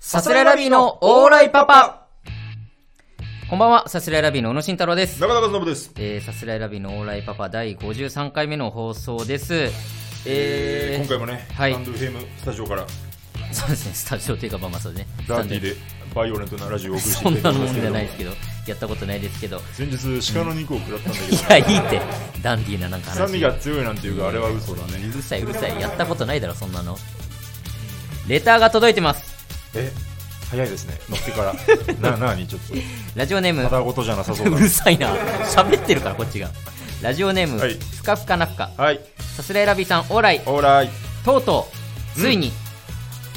サスレラビーのオーライパパこんばんは、サスレラビーの小野慎太郎です。中田和信です。えー、サスレラビーのオーライパパ第53回目の放送です。ええー、今回もね、はいスタンド FM スタジオからー、そうですね、スタジオというか、まあまあそうですね。ダーティーでバイオレントなラジオをお送りしてそいんきたないとも思んいますじゃないですけけど、やったことないですけど。ど、先日鹿の肉を食らったんだけいど、や、いいって、ダンディーななんか酸味話。が強いなんていうかあれは嘘だね。うるさい、うるさい。やったことないだろ、そんなの。レターが届いてます。え、早いですね。乗って から。な、なにちょっと。ラジオネーム、ただごとじゃなさそううだ。るさいな。喋ってるから、こっちが。ラジオネーム、はいふかふかなふか。はい、さすらいラビさん、オーライ。オーライ。とうとう、ついに、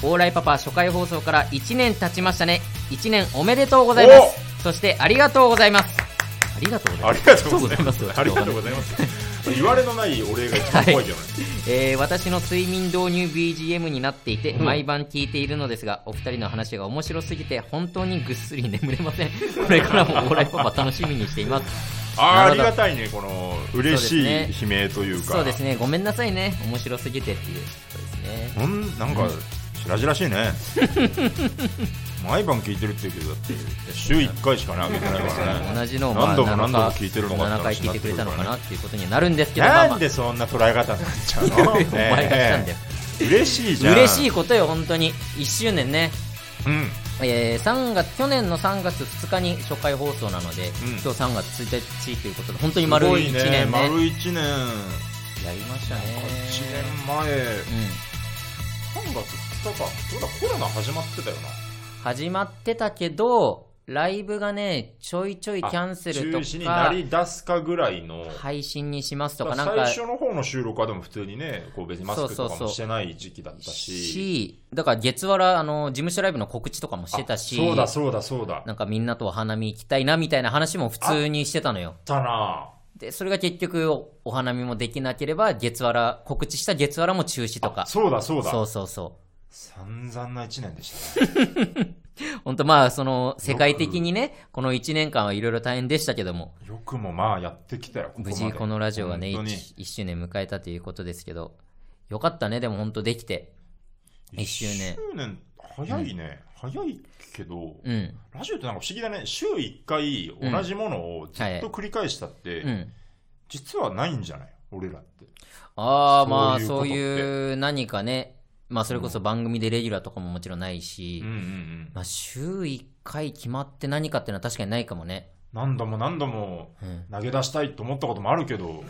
オーライパパ初回放送から1年経ちましたね。1年おめでとうございます。そして、ありがとうございます。ありがとうございあまりす。がとうございますありが。とあうりございますがとうございます。言われのないお礼が一番怖いけどね。えー私の睡眠導入 BGM になっていて、毎晩聞いているのですがお二人の話が面白すぎて本当にぐっすり眠れませんこれからもオーライパパ楽しみにしていますなるあーあほりどがたいね、この嬉しい悲鳴というか。そうですねごめんなさいね面白すぎてっていうことですねうんなんか白々し いね毎晩聞いてるって言うけどだって週1回しかねあげてないからね同じのを何度もまあ何度も聞いてるのか7回聞いてくれたのかなっっていうことにはなるんですてけどまあまなあんでそんな捉え方になっちゃ うおの前がしたんだよねえ嬉しいじゃん嬉しいい、ことよ本当に1周年ねうん、えー、3月去年の3月2日に初回放送なので、今日3月1日ということで本当に丸1すごい年ね丸1年やりましたね1年前うん3月2日かそうだコロナ始まってたよな始まってたけど、ライブがね、ちょいちょいキャンセル中と止になか、り出すかぐらいの配信にしますとか、なん最か、初の方の収録はでも普通にねこう別にマスクそうそとかうそうもしてない時期だったし、だから月わら、あの、事務所ライブの告知とかもしてたし、あそうだそうだそうだなんかみんなとお花見行きたいなみたいな話も普通にしてたのよ。たなで、それが結局お、お花見もできなければ、月わら、告知した月わらも中止とか。そうだそうだそうそうそ散々な一年でしたねう。本当まあ、その、世界的にね、この1年間はいろいろ大変でしたけども、よくもまあやってきたよここ無まで事このラジオがね本当に 1, 周年迎えたということですけどよかったねでも本当できて1周年1周年早いね、早いけど、うんラジオってなんか不思議だね週1回同じものをずっと繰り返したって、うん実はないんじゃない俺らってああまあそそうういうことっていう何かねまあそれこそ番組でレギュラーとかももちろんないし、うんうんうんまあ週1回決まって何かっていうのは確かにないかもね何度も何度も うん投げ出したいと思ったこともあるけどよ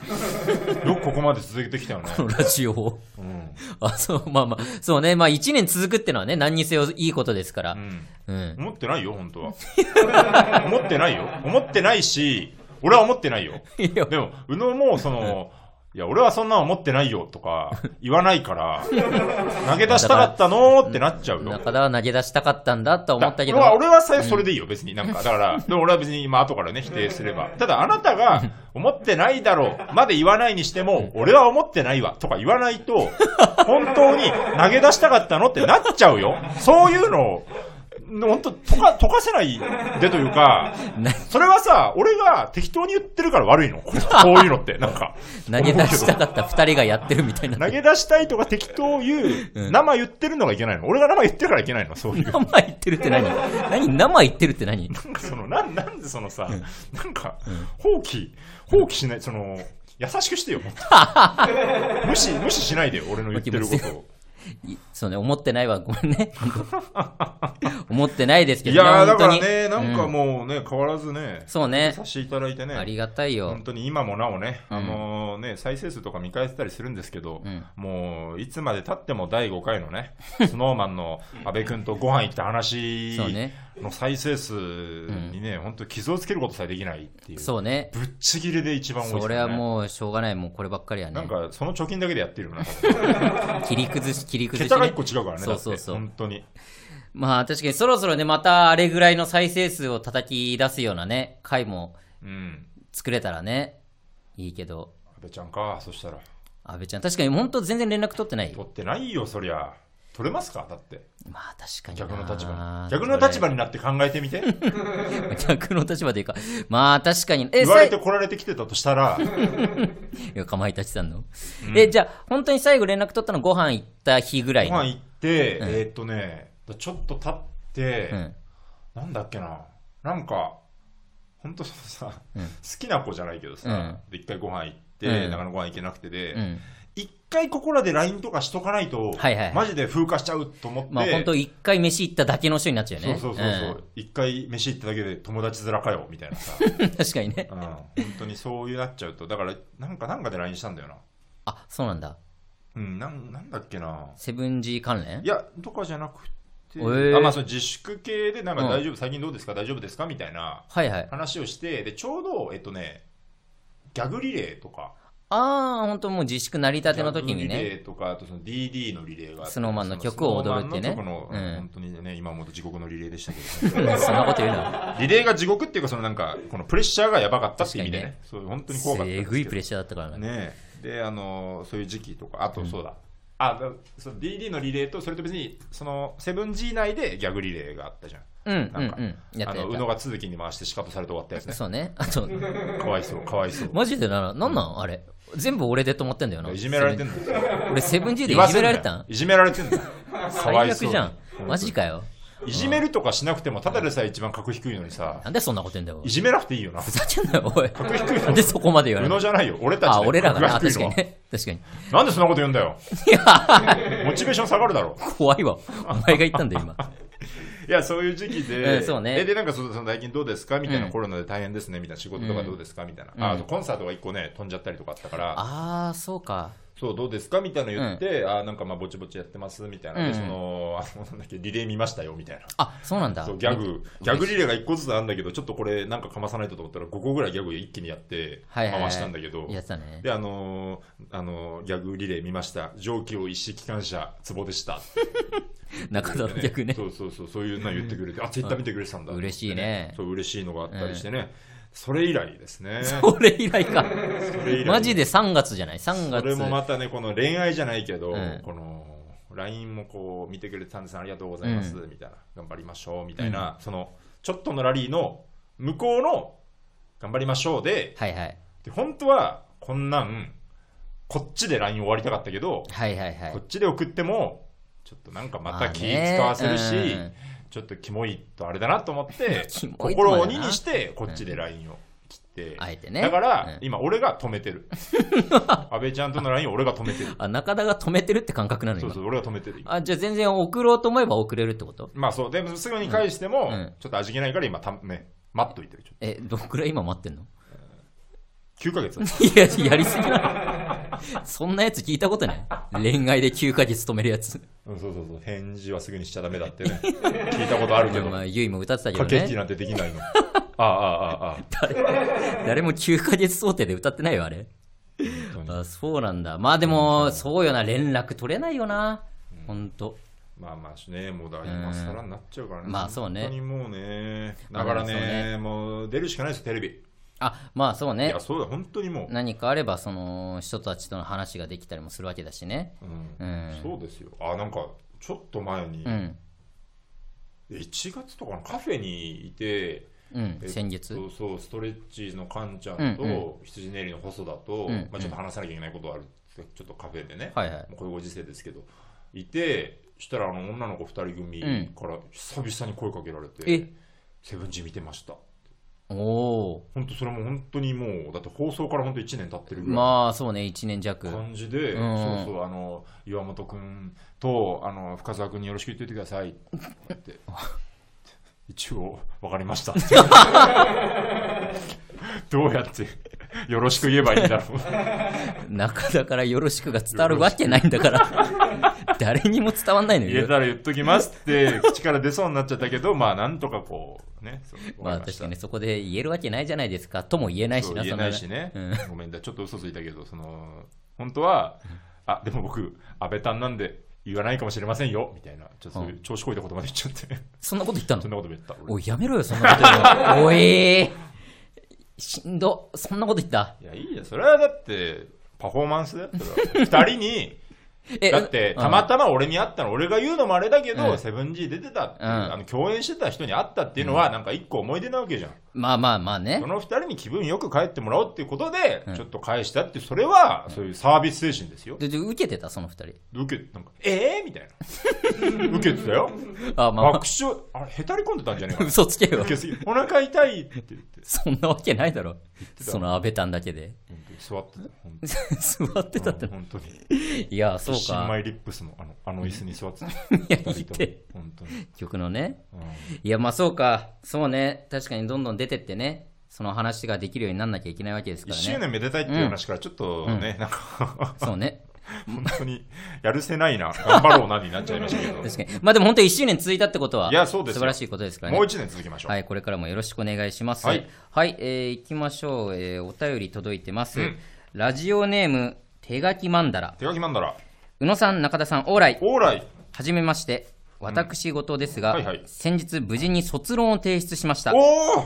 くここまで続けてきたよね、このラジオをうんあそうまあまあそうねまあ1年続くってのはね何にせよいいことですからうん、うん、思ってないよ本当は思ってないよ思ってないし俺は思ってないよいやでも宇野もそのいや俺はそんなの思ってないよとか言わないから投げ出したかったのーってなっちゃうよ中田は投げ出したかったんだと思ったけどだから俺は最悪それでいいよ、別に。なんか、だから、でも俺は別に今後からね、否定すれば。ただ、あなたが、思ってないだろう、まで言わないにしても、俺は思ってないわ、とか言わな いと、本当に投げ出したかったのってなっちゃうよ。そういうのを、本当溶か、溶かせないでというか、それはさ、俺が適当に言ってるから悪いの。こういうのって、なんか。投げ出したかった2人がやってるみたいな投げ出したいとか適当言う、生言ってるのがいけないの。俺が生言ってるからいけないの、そういう。生言ってるって何何生言ってるって何なんか そのなんなんでそのさ、なんか放棄放棄しないその優しくしてよ もっと無視無視しないでよ俺の言ってることをいそうね、思ってないわ。ごめん ね。本当思ってないですけいどね。やーだ本か当にらねなんかうんもうね変わらずねそうねさ。せていただいてありねがたいよ本。当に今もなおね、んあのね、再生数とか見返せたりするんですけど、うんもういつまで経っても第5回 のね、スノーマンの阿部君とご飯行った話そうねの再生数にね、本当傷をつけることさえできないっていう、そうね。ぶっちぎりで一番多いですよねそれはもうしょうがない。もうこればっかりやなねん。か、その貯金だけでやってる よな。切り崩し、切り崩し、桁がね一。個違うからね。そだうってそうそう本当に。まあ確かにそろそろね、またあれぐらいの再生数を叩き出すようなね、回もうん。作れたらね、いいけど。安倍ちゃんか、そしたら。安倍ちゃん、確かに本当全然連絡取ってない。取ってないよ、そりゃ。取れますかだって。まあ確かにな。逆の立場に。逆の立場になって考えてみて。 逆の立場というか、まあ確かに。え 言われさて来られてきてたとしたら、いいや、かまいたちさんの。え、じゃあ、本当に最後連絡取ったのご飯行った日ぐらいごの。飯行って、えーっとね、ちょっと経っって、うん。なんだっけな、なんか、ほんとそのさ、うん好きな子じゃないけどさ、で一回ご飯行って、うんなかなかご飯行けなくてで、うん。一回ここらで LINE とかしとかないと、はいはいマジで風化しちゃうと思って、まあ本当一回飯行っただけの人になっちゃうよそね。うそうそうそう、一回飯行っただけで友達面かよ、みたい なさ、うん確かにねう。ん、本当にそういうなっちゃうと、だから、なんかなんかで LINE したんだよな。あ、そうなんだ。うん、なんなんだっけな。セブン G 関連いや、とかじゃなくて、えーあまあ、その自粛系で、なんかうん大丈夫、最近どうですか、大丈夫ですかみたいなはいはい。話をして、でちょうど、えっとね、ギャグリレーとか、ああ、本当もう自粛成り立ての時にギャグリレね。ーとか、あとその DD のリレーがあって、スノーマンの曲を踊るってねスノーマンの曲のうん本当にね、今思うと地獄のリレーでしたけど、 そんなこと言うな。リレーが地獄っていうか、そのなんか、このプレッシャーがやばかったっていう意味でね、確そう本当に怖かったんですすけど。ぐいプレッシャーだったからね。ねえであのそういう時期とかあとそうだ、あだその DD のリレーとそれと別にその 7G 内でギャグリレーがあったじゃんうんうんなんかうん。やっあたの宇野やっが続きに回してシカトされて終わったやつた。ねそうね。あと、かわいそうかわいそうマジでな、なんなんあれ。全部俺で止まってんだよな。いじめられてんの俺セブン G でい言わじめせんなられよたんいじめられてんのか最わい悪そうじゃん。にマジかよ。いじめるとかしなくてもただでさえ一番格低いのにさなんでそんなこと言うんだよ。いじめなくていい よなふざけんなよ、おい。格低いなんでそこまで言わの宇れる野じゃないよ俺たちだあ、よ俺らがな。あ格確低かいのにはね。確かに。なんでそんなこと言うんだよモチベーション下がるだろ怖いわ。お前が言ったんだよ、今。 いや、そういう時期うで、んそうねえで、なんかその、その、最近どうですかみたいな、うんコロナで大変ですね、みたいな、仕事とかどうですかみたいな。うんああとコンサートが一個ね、飛んじゃったりとかあったから、ああ、そうか。そう、どうですかみたいなの言って、ああ、なんかまあ、ぼちぼちやってます、みたいな。うんで、その、あの、なんだっけ、リレー見ましたよ、みたいな。あ、そうなんだ。そう、ギャグ、ギャグリレーが一個ずつあるんだけど、ちょっとこれ、なんかかまさないとと思ったら、5個ぐらいギャグ一気にやって、はいはいはい回したんだけど、やってたね。で、あのーあのーギャグリレー見ました。上気を一式機関車、ツボでした。中田の逆ね。そうそうそう、そういうの言ってくれて、あ、ツイッター見てくれてたんだ、嬉しいねそう、嬉しいのがあったりしてね。それ以来ですね。 これ以来か。それ以来マジで3月じゃない ?3 それもま月。たね、この恋愛じゃないけど、うんこの、LINE もこう、見てくれてたんですありがとうございます、みたいな。頑張りましょう、みたいな、その、ちょっとのラリーの、向こうの、頑張りましょうで、はいはい。で本当は、こんなん、こっちで LINE 終わりたかったけど、はいはいはいこ。っちで送っても、ちょっとなんかままたあね気使わせるし、うんちょっとキモいとあれだなと思って キ、モいと心はをだな鬼にして、こっちで LINE を切って、あえてね。だから、うん今俺が止 めてる。安倍ちゃんとの LINE を俺が止めてる。あ、中田が止めてるって感覚なのそう今そう、俺が止めてる。今あ、じゃあ全然送ろうと思えば送れるってことまあそう、でもすぐに返しても、うんちょっと味気ないから今た、ね、待っといてる。ちょっえ、どんくらい今待ってんの と9ヶ月。いや、やりすぎだろ。 そんなやつ聞いたことない。恋愛で9ヶ月止めるやつ。うん、そうそうそう、返事はすぐにしちゃダメ だってね、聞いたことあるけでども、まあ、ゆいも歌ってたけど駆け引きね。なんてで きないの。ああ、ああ、ああ、誰も9ヶ月想定で歌ってないよ、あれ。本当にあそうなんだ。まあでも、そうよな、連絡取れないよな。ほんと。まあまあね、もうだから今更になっちゃうからね。まあそうね本当にもうね。だからまあそうね、もう出るしかないですよ、テレビ。あ、まあそういねや、。そうだ、本当にも何かあれば、その人たちとの話ができたりもするわけだしね。う。うんうん。そうですよ。あ、なんか、ちょっと前に、うん。 1月とかのカフェにいて、うんえ。っ先月。そうそう、ストレッチーズのカンちゃんうんと、羊ネイリの細田とうん、まあちょっと話さなきゃいけないことはあるんですけどちょっとカフェでね、はいはい。もうこういうご時世ですけど、いて、したらあの女の子2人組うんから久々に声かけられえて、セブンジ見てました。おお本当それも本当にもうだって放送から本当1年経ってるー。ぐらいまあそうね、1年弱の。感じで、うんそうそうあの岩本君とあの深澤君によろしく言っておいてくださいって 一応分かりました どうやってよろしく言えばいいんだろう中田からよろしくが伝わるわけないんだから。 誰にも伝わんないの言えよ。たら言っときますって口から出そうになっちゃったけどまあなんとかこうねそうまわあり確したかにそこで言えるわけないじゃないですか。とも言えないしそうな、言えんなないしね、うんごめんだちょっと嘘ついたけどその本当はあでも僕安倍たんなんで言わないかもしれませんよみたいなちょっとそういう調子こいたことまで言っちゃってそんなこと言ったのそんなことも言った俺おい、やめろよ、そんなこと言う の。おいー。しんど。そんなこと言った。いやいいよそれはだってパフォーマンスだよそれは二人に えだって、たまたま俺に会ったの、俺が言うのもあれだけうど、んセブン G 出てたっていう、うんあの、共演してた人に会ったっていうのは、なんか一個思い出なわけじゃん。まあまあまあねそ。の二人に気分よく帰ってもらおうっていうことでうん、ちょっと返したって、それは、そういうサービス精神ですよ。でで受けてた、その二人。受け、なんか、ええみたい な。受けてたよ。あ、まあ、ま爆笑、あれ、へたり込んでたんじゃねえあ、かな。嘘つけよ受。けすぎ。お腹痛いって言って、そんなわけないだろ。てたその安倍たんだけで。 本当に座ってた。本当に座ってたって。本当に。いや、そう新か。米リップスのあの、あの椅子に座ってた。や二人ともいて本当に。曲のね。うんいや、まあそうか。そうね。確かにどんどん出てってね。その話ができるようになんなきゃいけないわけですか1らね。周年めでたいっていう話からちょっとね、なんか そうね。本当にやるせないな頑張ろうなになっちゃいましたけど 確かに。まあでも本当に1周年続いたってことは。いやそうですよ素晴らしいことですからね。もう1年続きましょう、はい、これからもよろしくお願いします。ははいい、えー行きましょう。えーお便り届いてます。うんラジオネーム、手書きマンダラ。手書きマンダラ宇野さん、中田さん、オーライ。オーライはじめまして。私事ですが、はいはい先日無事に卒論を提出しました。お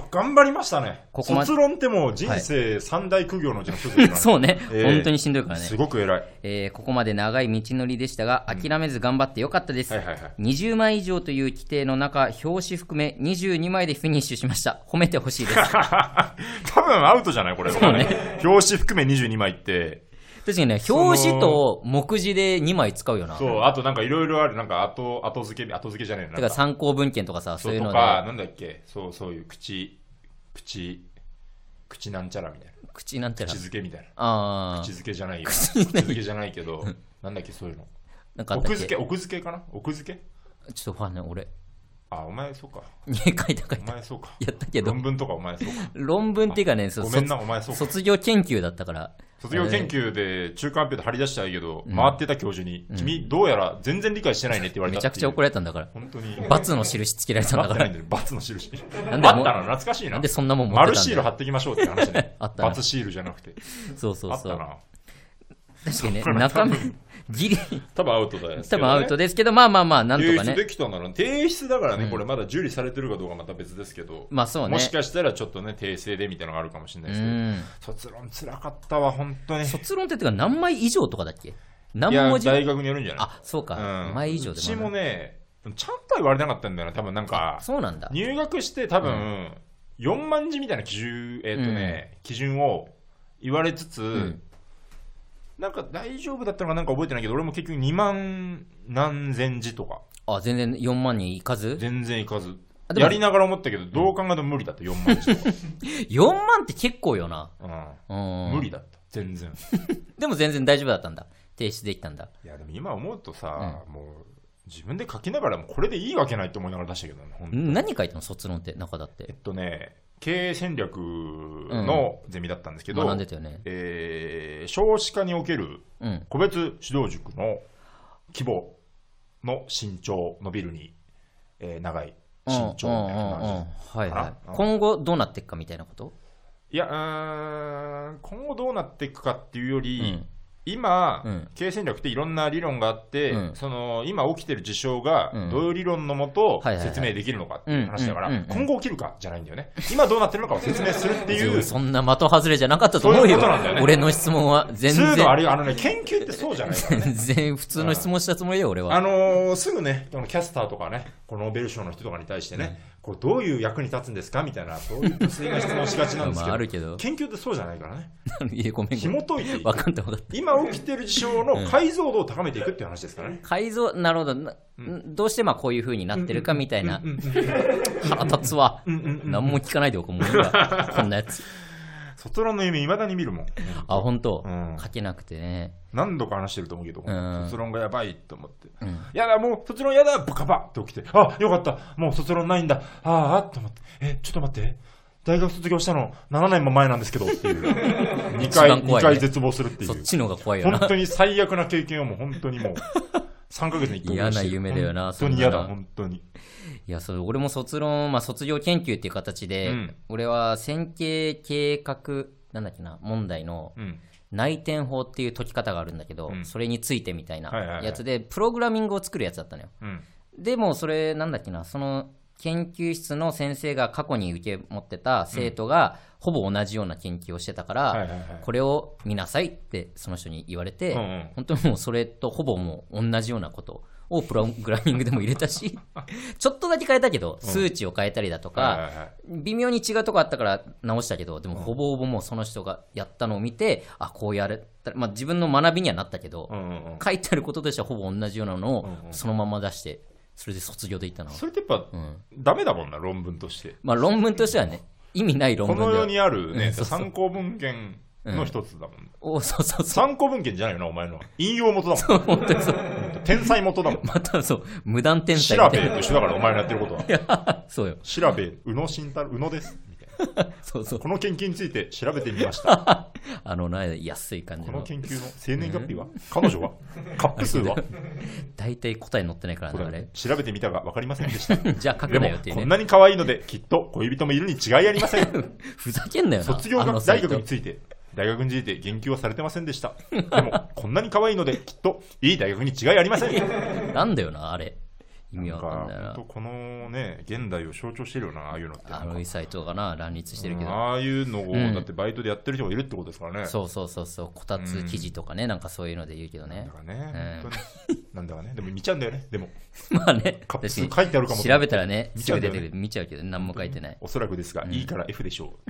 お頑張りましたねここまで卒論ってもう人生三大苦行のうちの一つですからねそうね、えー本当にしんどいからねす、ごく偉いえーここまで長い道のりでしたが、諦めず頑張ってよかったです。はいはい はい20枚以上という規定の中、表紙含め22枚でフィニッシュしました。褒めてほしいです。多分アウトじゃないこれそうね 表紙含め22枚って確かにね、表紙と目次で2枚使うよな。そうあとなんかいろいろあるなんか後後付け後付けじゃねえなだなんかから参考文献とかさ、そそうういうとのかで、なんだっけそうそういう口口口なんちゃらみたいな口なんていう口のづけみたいなあ口あ、づけじゃないよ口づけじゃない けどなんだっけそういうのなんかあったっけ奥付ちけょ奥付けかな奥付けっとファンね、俺。 あお前そうか家書いた書いおた。前そうかやったけど論文とかお前そうか論文っていうかね、 そうごめんな卒お前そうか卒業研究だったから。卒業研究究で中間発表で張り出したいけど回ってた教授に君どうやら全然理解してないねって言われためっちていゃうくちゃ怒られたんだから。本当に罰の印つけられたんなだってかないら。んだよ罰の印あんっでたもの懐かしいななんでそんなもん持って丸たんシだーよル貼ってきましょうって話ね あったな罰シールじゃなくてそうそあうっそたう。な確かにね、中身、ギリ、多分アウトだよ多分アウトですけど、まあまあまあ、なんと提か出ね。できたなら、提出だからね、これまだ受理されてるかどうかまた別ですけど、まあそうねもしかしたらちょっとね、訂正でみたいなのがあるかもしれないうですけど、ん。卒論つらかったわ、本当に。卒論ってってか何枚以上とかだっけ何いや、文字大学によるんじゃないあ、そうか。うん枚以上うでちもあもる。ね、ちゃんとは言われなかったんだよな、多分なんか、そうなんだ。入学して多分、4万字みたいな基準、えっ、とね、基準を言われつつ、んなんか大丈夫だったのかなんか覚えてないけど、俺も結局2万何千字とか、あ、全然4万人いかず全然いかず。あでもやりながら思ったけど、どう考えても無理だった、4万字とか。 4万って結構よな。ううんん。無理だった全然でも全然大丈夫だったんだ。提出できたんだ。いやでも今思うとさ、もう自分で書きながらもこれでいいわけないと思いながら出したけどねほんとん何書いたの卒論って、中だっ。えってとね経営戦略のゼミだったんですけど、学んでたよね。えー少子化におけるうん。個別指導塾の規模の身長伸びるに、えー長い身長みたいうんなうんうんう話んはいはかいな。今後どうなっていくかみたいなこといやうーん今後どうなっていくかっていうより、うん今、うん経営戦略っていろんな理論があって、うんその今起きてる事象がうんどういう理論のもはといはいはい説明できるのかっていう話だから、うんうんうんうん今後起きるかじゃないんだよね、今どうなってるのかを説明するってい う、そんな的外れじゃなかったと思うそういうよことなんだよ。ね俺の質問は全数のあ然、れよあのね、研究ってそう じゃないからね。全然普通の質問したつもりだよ、俺あは。のーすぐね、このキャスターとかね、このノーベル賞の人とかに対してね、こうどういう役に立つんですかみたいな、そういう不正な質問しがちなんです まけああど、るけど。研究ってそうじゃないからね、 いやごめんごめ紐ん。解いていくわかんないこと今起きてる事象の解像度を高めていくっていう話ですからね。改造、なるほど。などうしてまあこういう風になってるかみたいな。腹立つわ。何も聞かないでおこう。もういい わ。こんなやつ。卒論の夢、未だに見るもん。あ、本当、うん書けなくてね。何度か話してると思うけど、ん卒論がやばいと思って、んやだ、もう卒論やだ、バカバって起きて、あよかった、もう卒論ないんだ、あーあと思って、え、ちょっと待って、大学卒業したの7年も前なんですけどっていう、2一番怖回、二いね回絶望するっていそっう、ちの方が怖いよ本な。当に最悪な経 験をもう本当にもう、3ヶ月に1回ぐらいしてる嫌な夢だよな本当にそ嫌んだ、なの本当に。いや、それ俺も卒論、まあ卒業研究っていう形で、うん俺は線形計画、なんだっけな、問題のうん、内転法っていう解き方があるんだけど、うんそれについてみたいなはいはいはいやつで、プログラミングを作るやつだったのよ。うん、でもそれなんだっけなその研究室の先生が過去に受け持ってた生徒が、ほぼ同じような研究をしてたから、はいはいはいこれを見なさいってその人に言われて、うんうん本当にもうそれとほぼもう同じようなことをプログラミングでも入れた しちょっとだけ変えたけど、数値を変えたりだとはいか、はいはい微妙に違うとこあったから直したけどでもほぼほぼもうその人がやったのを見てあこうやれたら、まあ、自分の学びにはなったけど、うんうんうん書いてあることとしてはほぼ同じようなのをうんうんそのまま出してそれで卒業でいったな、それってやっぱ、うんダメだもんな、論文として。まあ、論文としてはね意味ない論こ文ので世はにあるね、うんそうそう参考文献の一つだもん。おそうそうそう参考文献じゃないよな、お前のは。引用元だもん。うん天才 元だもん。またそう無断天才調みべたいと一緒だから、お前のやってることは。なそうよ調べ、宇野慎太郎、宇野です。みたいなそうそうこの研究について調べてみ ました。あのな安い感じこのの研究の生年月日は彼女はカップ数は大体答え載ってないからこねれあはれね調べてみたが分かりません でした。じゃあ書でくなもよって、いうこんねなに可愛いので、きっと恋人もいるに違いありま せん。ふざけんなよな卒業あの学サ大イト学について、大学について言及はされてませんでした。でも、こんなに可愛いので、きっといい大学に違いありません。なんだよなあれ意味なわんかんなかい本な当このね、現代を象徴してるよな、ああいうのって。あのサイトがな乱立してるけど、ああいうのを、んだってバイトでやってる人もいるってことですからね。そうそうそうそうこたつ記事とかね、なんかそういうので言うけどねだからね、うん本当に。 なんだかね、でも見ちゃうんだよね。でも、 まあね、カップ数確書いてあるかも調べたらね、見すちゃうぐんだ出よねてくる、見ちゃうけど、何も書いてない。おそらくですが、E から F でしょ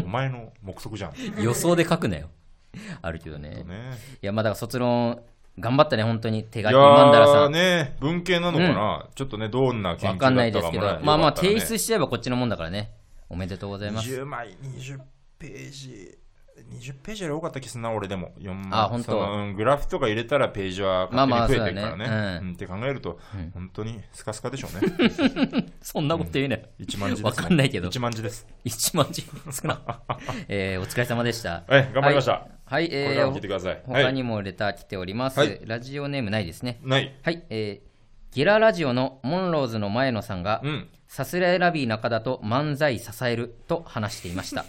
う。お前の目測じゃん。予想で書くなよ。あるけどね。 ねいや、まあだから卒論、頑張ったね、本当に。手書いき、やマンダラさーん。ね、文系なのかな、ちょっとね、どんな研わ究かだんなっいですたかけもど、ね。まあまよあ、かったらね提出しちゃえばこっちのもんだからね。おめでとうございます。 20枚、20ページ、20ページより多かった気すんな、俺でも。4枚あほんとそのうんグラフとか入れたらページはまあ勝まあ手に増えていくからね。そうだねうんうんって考えると、本当にスカスカでしょうね。 そんなこと言うなよ。一万字です、わかんないけど一万字です。 1万字少 な。えーお疲れ様でした。はい頑張りましたはいはい、これえからーも聞いてください。他はいにもレター来ておりますはい。ラジオネームないですね。ない。はい、えーゲララジオのモンローズの前野さんが、うん。 さすらいラビー中田と漫才支えると話していま した、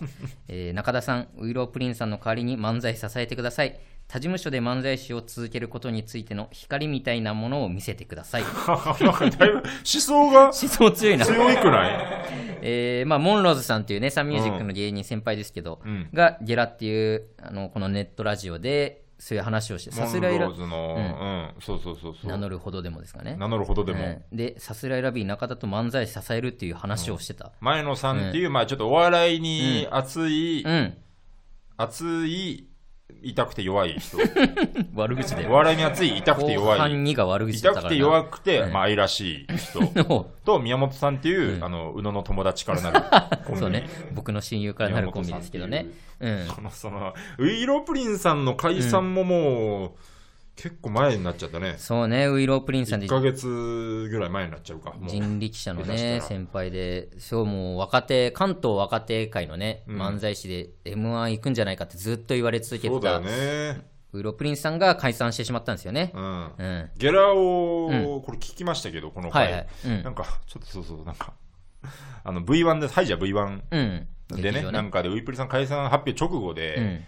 えー中田さんウイロープリンさんの代わりに漫才支えてください他事務所で漫才師を続けることについての光みたいなものを見せてくだ さい思なんかだいぶ思想が想強いな、強いくないえーまあ、モンローズさんというねサンミュージックの芸人先輩ですけど、うんがゲラっていうあのこのネットラジオでそういう話をしてモ さすンらいラローズの、うん、そうそうそうそう。名乗るほどでもですかね名乗るほどでも。うんでさすらいラビー中田と漫才師支えるっていう話をしてた、前野さんっていう、まあちょっとお笑いに熱い、うん、熱い、痛くて弱い人。悪口だよお笑いに熱い、痛くて後弱い。半にが悪口だ痛ったかくらてな弱くて、まあ愛らしい人。のと、宮本さんっていう、あの、宇野の友達からなるコン ビ。そうね僕の親友からなるコンビですけどねうんこのその ウイロプリンさんの解散ももう、結構前になっちゃったねそうねウイロープリンさんで1ヶ月ぐらい前になっちゃうかもう人力車の下手したねら先輩でそうもう若手関東若手界のねん漫才師で m 1行くんじゃないかってずっと言われ続けそてうだたよねウイロープリンさんが解散してしまったんですよねうんうんゲラを、これ聞きましたけどこの回、はいはいうんなんかちょっとそうそうなんかあの V1 ではいじゃあ V1 うんでね劇場なんかでウイプリさん解散発表直後で、うん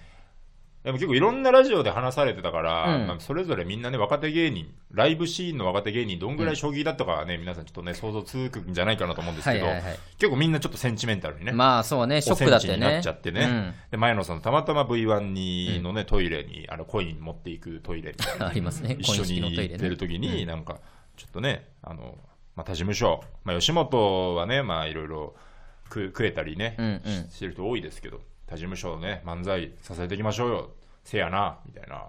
でも結構いろんなラジオで話されてたから、うんまあそれぞれみんなね、若手芸人、ライブシーンの若手芸人、どんぐらい将棋だったかはね、皆さんちょっとね、想像つくんじゃないかなと思うんですけど、はいはいはい結構みんなちょっとセンチメンタルにね、まあそうねショックだったよおセンチになねっちゃってうねん。で、前野さんたまたま V1 にのね、トイレに、あの、コイン持っていくトイレみたい な。ありますね一緒婚式にのトイ行レってねる時に、なんか、ちょっとね、あの、まあ、他事務所、まあ、吉本はね、まあ、いろいろ食食えたりね、うんうんししてる人多いですけど、他事務所のね、漫才支えていきましょうよ、せやな、みたいな。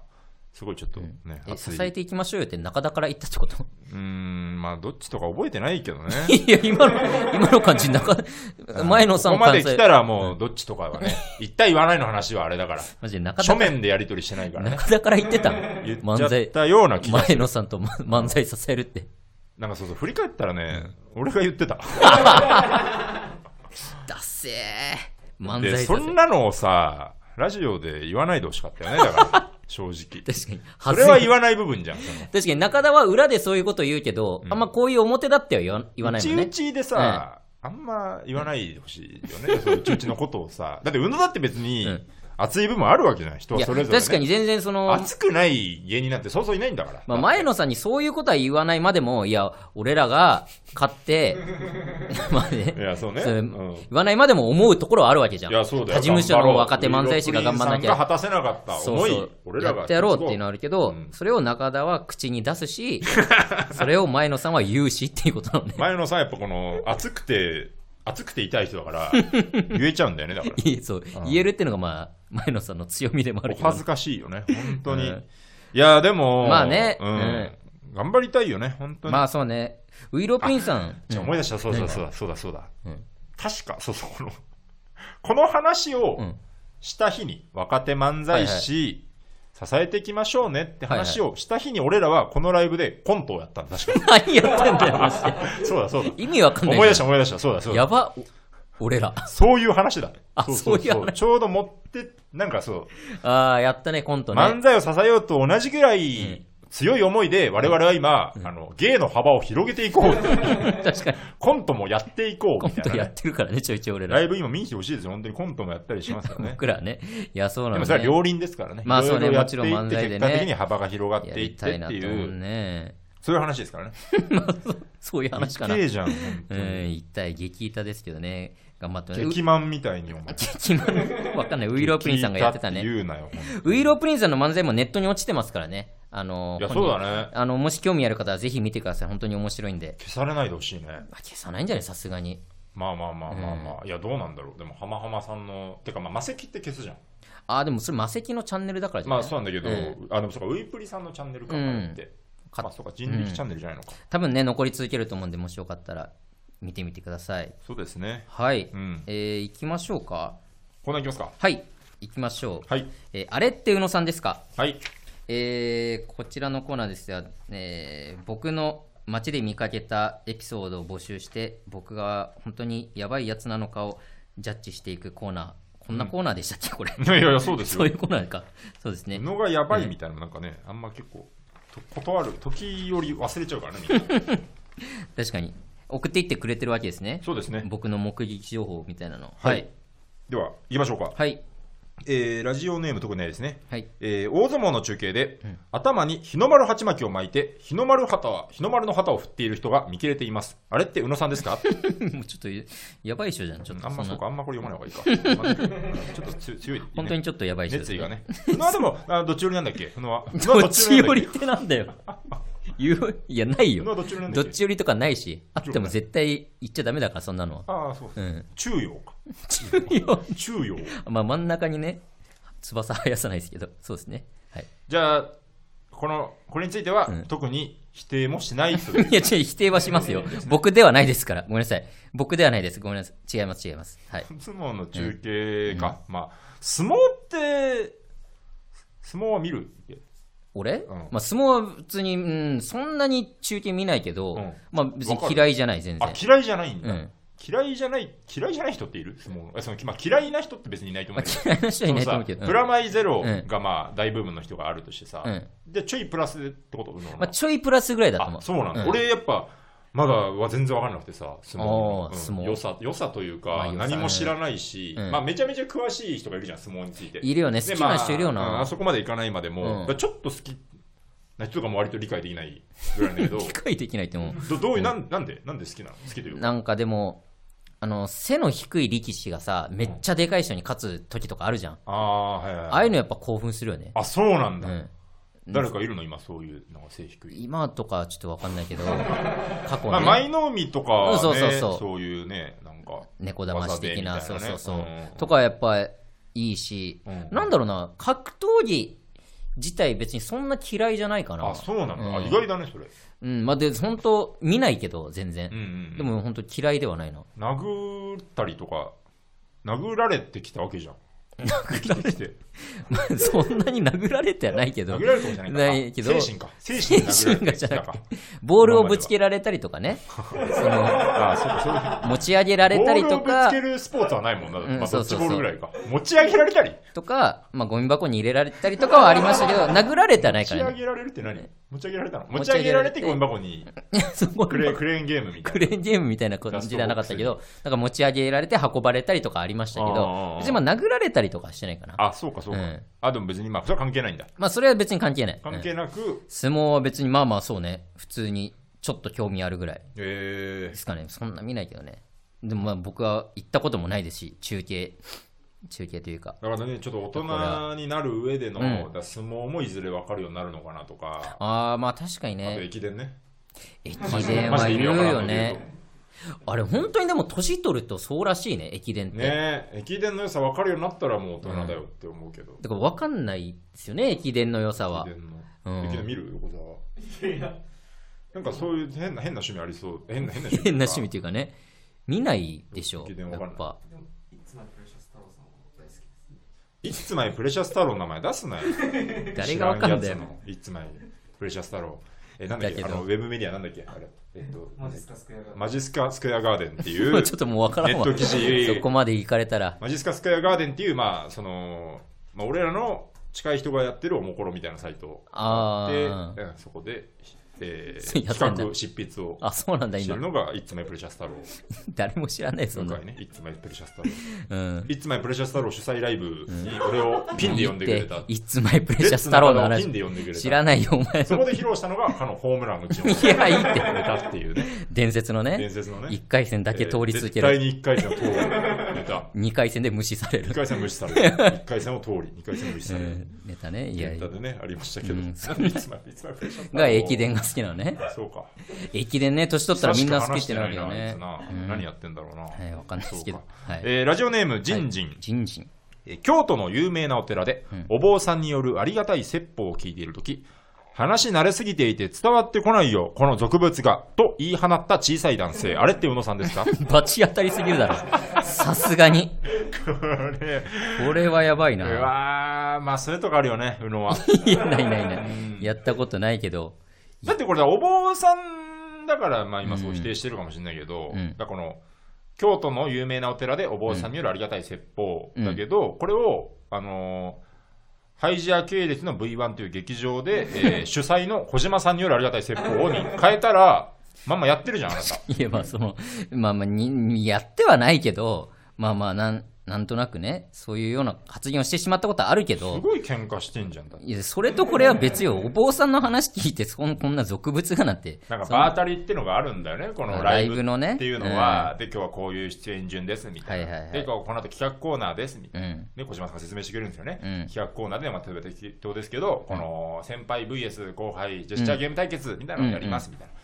すごいちょっとね、え熱い支えていきましょうよって中田から言ったってこと うーん、まあ、どっちとか覚えてないけどね。いや、今の、今の感じ、中、前野さんこのこま感でじ来たらもう、どっちとかはね、言った言わないの話はあれだから。 マジで中書田、面でやり取りしてないからね。中田から言ってたの言っ 漫ちゃっ才、たような気が。前野さんとま漫才させるって。なんかそうそう、振り返ったらね、俺が言ってた。だっせー。漫で、才そさんなのをさ、ラジオで言わないでほしかったよね、だ から、正直。せる。確かに。そはれは言わない部分じゃん。確かに中田は裏でそういうこと言うけど、あんまこういう表だっては言わ言わなういもちんうね。ち でさ、あんま言わないでほしいよね、そううちうちのことをさ。だって、運動だって別に、うん熱い部分あるわけじゃない人いはや、それぞれ、ね、確かに全然その、熱くない芸人なんてそうそういないんだから、まあ、前野さんにそういうことは言わないまでも、いや、俺らが買って、 まあねい、やそうねそれうん言わないまでも思うところはあるわけじゃん。いやそうだよ他事務所の若手漫才師が頑張んなきウイロプリンさんがゃ。果たせなかったそう思いそう俺らがやってやろうっていうのはあるけど、うんそれを中田は口に出す し、それを前野さんは言うしっていうことなのね。前野さんやっぱこの熱くて熱くて痛い人だから 言えちゃうんだよねだからいいそう、言えるっていうのが、まあ、前野さんの強みでもあるおけど、恥ずかしいよ ね本当に、うんいやでもまあねうんうん頑張りたいよね本当に、まあそうね、ウイロプリンさん、じゃあうん思い出した、そうだ何そうだそうだそうだ、うん確かそう そうこのこの話をうんした日に若手漫才師、支えていきましょうねって話をした日に俺らはこのライブでコントをやったんだ確か何やってんだよ、マジで。 にそうだそうだ意味わかんないじゃん。思い出した思い出したそうだそうだやば、お俺ら。そういう話だあそういう話ちょうど持ってなんかそうああ、やったね、コントね。漫才を支えようと同じぐらい、うん強い思いで、我々は今、あの、芸の幅を広げていこうっ ていう確かに、コントもやっていこうコみンたいトなね、やってるからね、ちょいちょい俺ラら。イブ今見に来てほしいですよ。本当にコントもやったりしますからね。 僕らね。いや、そうでなんもそだ、れはね。両輪ですからね。まあそうねいろいろやっていってもちろん漫才でね結果的に幅が広がっやていっりてたっいなてとい思うう、ね。そういう話ですからね。そういう話かな。いけうじゃん、本当に。ん、一体激イタですけどね。頑張ってね。う激マンみたいにお前。激マンわかんない。ウイロープリンさんがやってた激ね。痛って言うなよ、ほんとウイロープリンさんの漫才もネットに落ちてますからね。あの、いや、本そ人うだね。あの、もし興味ある方はぜひ見てください。本当に面白いんで。消されないでほしいね。まあ消さないんじゃないさすがに。まあまあまあまあまあ。いや、どうなんだろう。でも、浜浜さんの、てか、まあ、マセキって消すじゃん。ああ、でもそれ魔石のチャンネルだからじゃなまいあ、そうなんだけどうん、あ、でもそうか、ウイプリさんのチャンネルかなって。うんまあ、そうか、人力チャンネルじゃないのか。多分ね、残り続けると思うんで、もしよかったら見てみてください。そうですね。はい。うんえー、行きましょうか。こんなーいきますか。はい。行きましょう。はい。えーあれって宇野さんですかはい。 えーこちらのコーナーですが、えー僕の街で見かけたエピソードを募集して、僕が本当にやばいやつなのかをジャッジしていくコーナー。こんなコーナーでしたっけ、これ。いやいやいや、そうですよそういうコーナーか。そうですね。のがやばいみたいなのなんかね、あんま結構と断る時より忘れちゃうからね みんな確かに。送っていってくれてるわけですね。そうですね 僕の目撃情報みたいなの。はい。では行きましょうか、はい。えーラジオネーム特にないですね、はい。えー大相撲の中継で、頭に日の丸鉢巻きを巻いて日の丸旗は日の丸の旗を振っている人が見切れていますあれって宇野さんで すかもうちょっとやばい人じゃん、ちょっとあんまそんそなうかあんまこれ読まない方がい いかまあちょっとつ強い、ね、本当にちょっとやばい人です熱意がね宇野はでもあどっち寄りなんだっけ 宇野は宇野はどっち寄りどってなんだ よ。言ういや、ない宇野はよ。どっち寄りなんだどっっけち寄りとかないし、あっても絶対言っちゃダメだから、そんなのは。ああそううそう、ん。中央か中央 まあ、真ん中にね、翼生やさないですけど、そうですね。はい。じゃあ、この、これについては、特に否定もしない という。いや、違う、否定はし ますよ。僕ではないですから。ごめんなさい。僕ではないです。ごめんなさい。違います、違います。はい。相撲の中継か。まあ、相撲って、相撲は見る俺、うんまあ、相撲は普通に、うん、そんなに中継見ないけど、うんまあ、別に嫌いじゃない、全あ然、。嫌いじゃないんだ。うん。嫌いじゃない、嫌いじゃない人っている相撲の。えそのまあ、嫌いな人って別にいないと思まうんだけどあ、嫌いな人はいないと思うけそのど。うさプんラマイゼロうんがまあ大部分の人があるとしてさ、うんでちょいプラスってこと宇野のまあ、ちょいプラスぐらいだと思あう。そうなんだ、ん俺やっぱまだは全然分かんなくてさ相撲のあー相撲良さ良さというか、まあ良さ何も知らないし、うんまあ、めちゃめちゃ詳しい人がいるじゃん相撲についているよね。好できな人いるよな。まあうんあそこまでいかないまでも、うんだからちょっと好きな人とかも割と理解できないぐらいなんだけど 理解できないって思う。どどういうなんなんでなんで好きなの好きというかなんかでも、あの、背の低い力士がさ、めっちゃでかい人に勝つ時とかあるじゃん。ああはいはい、ああいうのやっぱ興奮するよね。あそうなんうだ、ん。誰かいるの今そういうなんか背低い今とかちょっとわかんないけ ど、過去まあ、ね、舞の海とか、ねうんそそううそうそういうね、なんか、猫だまし的な、技そうでみたいそなうねそう。うんとかやっぱいいし、うんなんだろうな、格闘技自体別にそんな嫌いじゃないかなあ、。そうなんだ、あうん意外だね、それ。うん、まあで、本当見ないけど、全うん然。うん、でも本当嫌いではない な。殴ったりとか、殴られてきたわけじゃん。殴られてきて。まあ、そんなに殴られてはないけど殴、られるかもしれないからないけど精神か。精神に殴られてる精神がじゃなくてだからボールをぶつけられたりとか ね、そのああ、そうか、そういうこと持ち上げられたりとボールをぶかつけ、るスポーツはないもんな。んまあ、そうドッそジうそうボールぐらいか。持ち上げられたり。とか、まあ、ゴミ箱に入れられたりとかはありましたけど、殴られてはない持かちら上ね。げられるって何持ち上げられたの持持ちち上上げげらられれててゴミ箱に そこクレークレーンゲームみたい クな。レーンゲームみたいな感じではなかったけど、なんか持ち上げられて運ばれたりとかありましたけあどああ、あ別にまあ殴られたりとかはしてないかな。あ、そうか、そうかうん。あ、でも別にまあ、それは関係ないんだ。まあそれは別に関係ない。関うん係なく、相撲は別にまあまあそうね、普通にちょっと興味あるぐらいえでーすかね。そんな見ないけどね。でもまあ僕は行ったこともないですし、中継、中継というか。だからね、ちょっと大人になる上での、だから相撲もいずれ分かるようになるのかなとか、ああまあ確かにあとね、駅伝ね。駅マジで伝マジはで意言う味わからんよこと言うとね。あれ本当にでも年取るとそうらしいね、駅伝って。ねえ、駅伝の良さ分かるようになったらもう大人だよって思うけど。だから分かんないですよね、駅伝の良さは駅。伝の。うん駅伝見る横澤。なんかそういう変な変な趣味ありそう。変な変な趣味。変な趣味っていうかね見ないでしょ駅伝やわかんないっぱいつまいプレシャス太郎の名前出すなよ。誰がわかんだよ知らやつのいつまいプレシャス太郎。え、なんだっけだあけどのウェブメディアなんだっけあれ。えっと、マジっすかスクエアが。マジスカスクエアガーデンっていもうう ちょっともう分からんわネット記事そこまで行かれたらマジスカスクエアガーデンっていう、まあ、その、まあ、俺らの近い人がやってるおもころみたいなサイトで、あーうんそこで、えやってんー、だ企画、執筆をあそうなんだして今るのが、いつまいプレシャス太郎。誰も知らないそん今な回ね、いつまいプレシャス太郎。うんいつまいプレシャス太郎主催ライブに俺をピンで呼んでくれた。いつマイプレシャス太郎のレッツ話中田をピンで呼んでくれた知らないよお前そのこで披露したのが、かのホームラン打ちをいやいいってくれたっていうね、伝説の伝ね説のね。 1回戦だけ通り続けえるー絶対に1回戦を通る。ネタ。 2回戦で無視される1回戦無視される。1回戦を通り、2回戦無視うされる。 んネタねいやネいやタでね、ありましたけど。うん いつまで、いつまで、いつまでプレッシャーだったのが駅伝。が好きなのねそうか。駅伝ね年取ったらみんな好きってなるけどね久しく話してないなあいつうんな何やってんだろうな。はいわかんないですけどそうはいえーラジオネーム、ジンジン。ジンジンえー京都の有名なお寺で、うんお坊さんによるありがたい説法を聞いているとき、話慣れすぎていて伝わってこないよ、この俗物が、と言い放った小さい男 性。あれって宇野さんですかこ罰当たりすぎるだろさすがに れ、これはやばいうな。わー、まあ、それとかあるよね、宇野は。 いや、ないないない。やったことないけど。だってこれ、お坊さんだから、まあ今そう否定してるかもしれないけど、うんだからこの、京都の有名なお寺でお坊さんによるありがたい説法だけど、これを、あのーハイジア系列の V1 という劇場で、 えー主催の小島さんによるありがたい説法に変えたら、まんまやってるじゃん、あなた。いや、まあ、その、まあまあに、にやってはないけど、まあまあ、なん、なんとなくね、そういうような発言をしてしまったことはあるけす ど、ごい喧嘩してんじゃん、だって。いや、それとこれは別よ。お坊さんの話聞いて、そんこんな俗物がなんて。なんかそんな場当たりっていうのがあるんだよね、こまあのライライブのねブっていうのは、で、今日はこういう出演順ですみたいはいな、はいはいで、今日はこの後企画コーナーですみたいな。うん。で、小島さんが説明してくれるんですよね。うん企画コーナーで、まあ、例えば適当ですけど、この先輩 VS 後輩ジェスチャーゲーム対決みたいなのをやりますみたいな。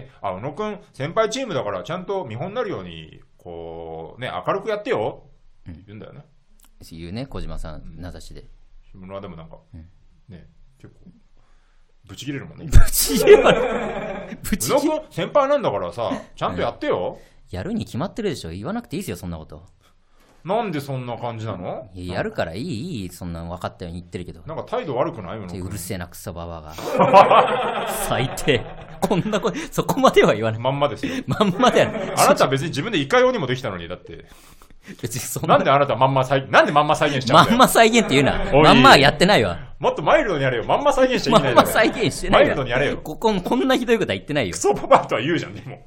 で、あ、小野くん、先輩チームだからちゃんと見本になるように、こう、ね、明るくやってよって言うんだよね。言うね、小島さん、ん名指し で。木村はでもなんか、ね、結構、ぶち切れるもん ね。ぶち切れは、ぶち小野切れ。くん、先輩なんだからさ、ちゃんとやってよ。やるに決まってるでしょ。言わなくていいですよ、そんなこと。なんでそんな感じなのいややるからいい、いい、そんなん分かったように言ってるけど。なんか態度悪くない小野ってくうんるせえなクソババアが最低こんなことそこまでは言わない まんまですよ。まんまだよねあなた別に自分でいかようにもできたのに、だって。別にそんななんであなたまんま再、なんでまんま再現しちゃうんまだよんま再現って言うなおいまんまはやってないわもっとマイルドにやれよ。まんま再現しちゃいまけないんだまろ再現してないマイルドにやれよこここんなひどいことは言ってないよクソパパとは言うじゃん、でも。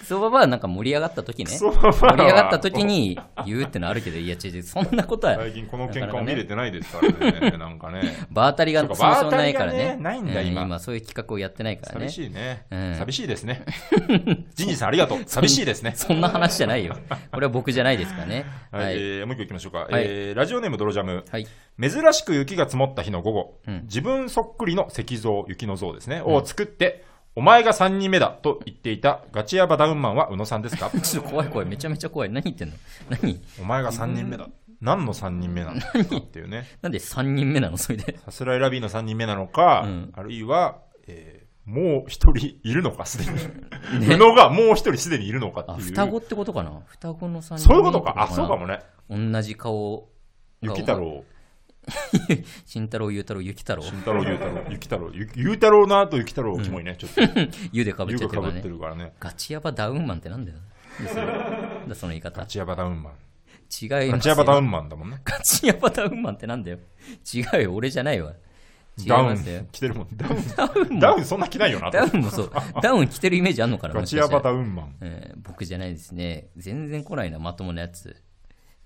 クソババアはなんか盛り上がった時ねク盛ソパパはり上がった時。に言うってのはあるけどいや違う違うそんなことは最近この喧な嘩かなかを見れねてないですからね、なんかね。場当たりがそうかそもそもないから場当たりねがねないんだう今今そういう企画をやってないからね寂しいねうん。寂しいで すね。ジンジンさんありがとう。寂しいですね。そんな話じゃないよこれは僕じゃないですからねは、はいえいーもう一個行きましょうか。いえーラジオネームドロジャム。はい珍しく雪が積もった日の午後、うん自分そっくりの石像、雪の像ですね、を作って、お前が3人目だと言っていたガチヤバダウンマンは宇野さんですかちょっと怖い怖いめちゃめちゃ怖い何言ってんの何お前が3人目だ。何の3人目なのかっていうね。なんで3人目なのそれで。さすらいラビーの3人目なのか、うんあるいは、えーもう1人いるのか、すでに。宇野がもう1人すでにいるのかあ、っていう。双子ってことかな双子の3人目そういうことか。あ、そうかもね。ね。同じ顔が。雪太郎。慎太郎、ゆうたろう、ゆきたろう慎。太郎、ゆうたろう、ゆきたろう、ゆゆうたろうの後、ゆきたろう、キモいね。ちょっと、ゆでかぶゆっちゃっがてかるかぶらっねて。るからね。ガチヤバダウンマンってなんだよ。ですよだその言い方。違ガチヤバダウンマン。いますガチヤよバダウンマンだもんね。ガチヤバダウンマンってなんだよ。違うよ、俺じゃないわ。違いダウまンすよ。、着てるもん。ダウン、ダウンもダウンそんな着ないよな。ダウンもそう。ダウン着てるイメージあんのかなガチヤバウン、ダウンマン。えー僕じゃないですね。全然来ないな、まともなやつ。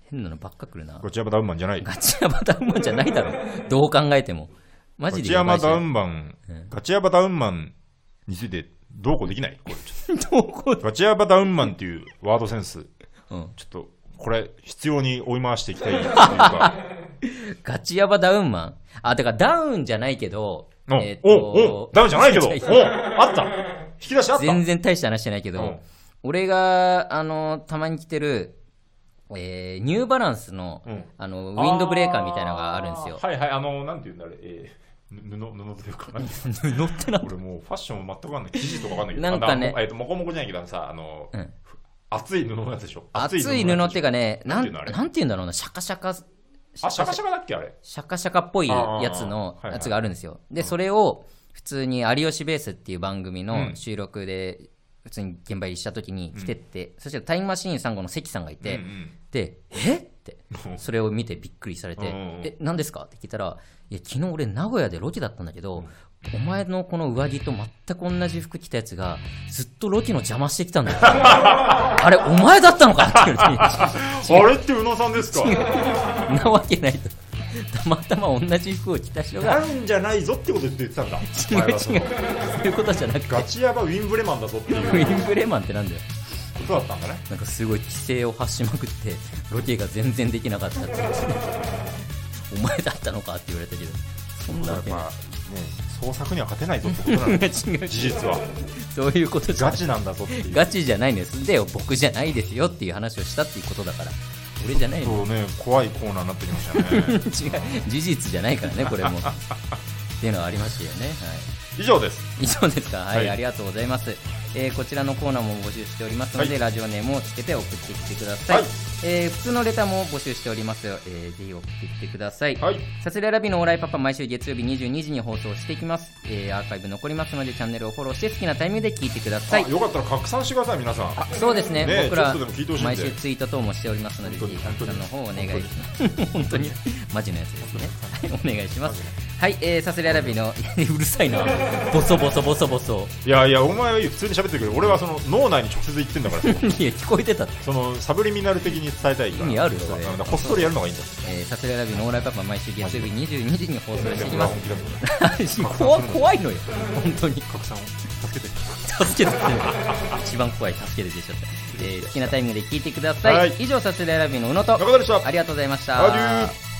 変なのばっか来るな。ガチヤバダウンマンじゃない。ガチヤバダウンマンじゃないだろ。どう考えても。マガジでチやヤばバいじゃダんウンマン、ガチヤバダウンマンについてどうこうできないこれちょっどこ、とガチヤバダウンマンっていうワードセンス、うん、ちょっとこれ必要に追い回していきたいっていうか、 ガチヤバダウンマンあ、だからダウンじゃないけど、うんえーっおうおうと、ダウンじゃないけど、お違うう違うあった引き出しあった全然大した話じゃないけど、うん俺が、あの、たまに着てる、えーニューバランスの、うんあの、ウィンドブレーカーみたいなのがあるんですよ。はいはい、あの、なんて言うんだあれ、えー、ぬ布、布というか、なんて言う乗 ってなの俺もうファッションも全くわかんない。生地とかわかんないけど、なんかねあのえっと、もこもこじゃないけどさ、あの、うん熱い布のやつでしょ。厚い布っていうか、かね、ななんていん、うのあれなんて言うんだろうな、シャカシャカ、シあ、シャカシャカだっけあれ。ャカシャカっぽいやつのあーはいはいやつがあるんですよ。で、それを普通に有吉ベースっていう番組うのん収録で普通に現場入りした時に着てって、そしてタイムマシーン3号の関さんがいて、うんうんで、えってう、んそれを見てびっくりされて、うんうんうんえ、何ですかって聞いたら、いや、昨日俺名古屋でロケだったんだけど、お前のこの上着と全く同じ服着たやつが、ずっとロケの邪魔してきたんだよ。 あれ、お前だったのかって言わ あれって宇野さんですかれて、違うなわけないと。たまたま同じ服を着た人が、なんじゃないぞってこと言ってたんだ。違う違う、そそうのいうことじゃなくて、ガチヤバウィンブレマンだぞっていうウィンブレーマンってなんだよ。ことだったんだね。なんかすごい規制を発しまくって、ロケが全然できなかったって言ってお前だったのかって言われたけど、そんなまあわけない。ね、創作には勝てないぞってことなん 違う違だ。う事実は。そういうことじゃガないチなんだぞっていう。ガチじゃないんですでよ僕じゃないですよっていう話をしたっていうことだから俺じゃないちのょっとね、怖いコーナーになってきましたね。 違う事実じゃないからねこれもっていうのはありましたよね、はい、以上です。 以上ですかはい、はいありがとうございます、えーこちらのコーナーも募集しておりますので、はいラジオネームをつけて送ってきてください、はいえー普通のレターも募集しておりますよ、えーぜひ送ってきてください、はい。サスレラビのオーライパパ毎週月曜日22時に放送していきます、えーアーカイブ残りますのでチャンネルをフォローして好きなタイミングで聞いてくださいあよかったら拡散してください、皆さん。あそうですねねえ僕らちょっとでも聞いてほしいん毎で週ツイート等もしておりますので、ぜ本当ひにたくさんの方お願いします。本当に、マジのやつですね。はいお願いします。はい、えー、サスレアラビの、うるさいな、ボソボソボソボソ。いやいや、お前は普通に喋ってるけど、俺はその脳内に直接言ってんだから、 いや、聞こえてたって。そのサブリミナル的に伝えたいか意ら。味あるよそう俺だからこっそりやるのがいいんだよ。えー、サスレアラビのオーライパパ、毎週月曜日22時に放送していきま本気だと思うす。 怖怖いのよ、本当に。拡散を助けて。助けてく れる一番怖い、助けて出ちゃった。えー、好きなタイミングで聞いてください。はい以上、サスレアラビの宇野と、中田でした。ありがとうございましアデュたー。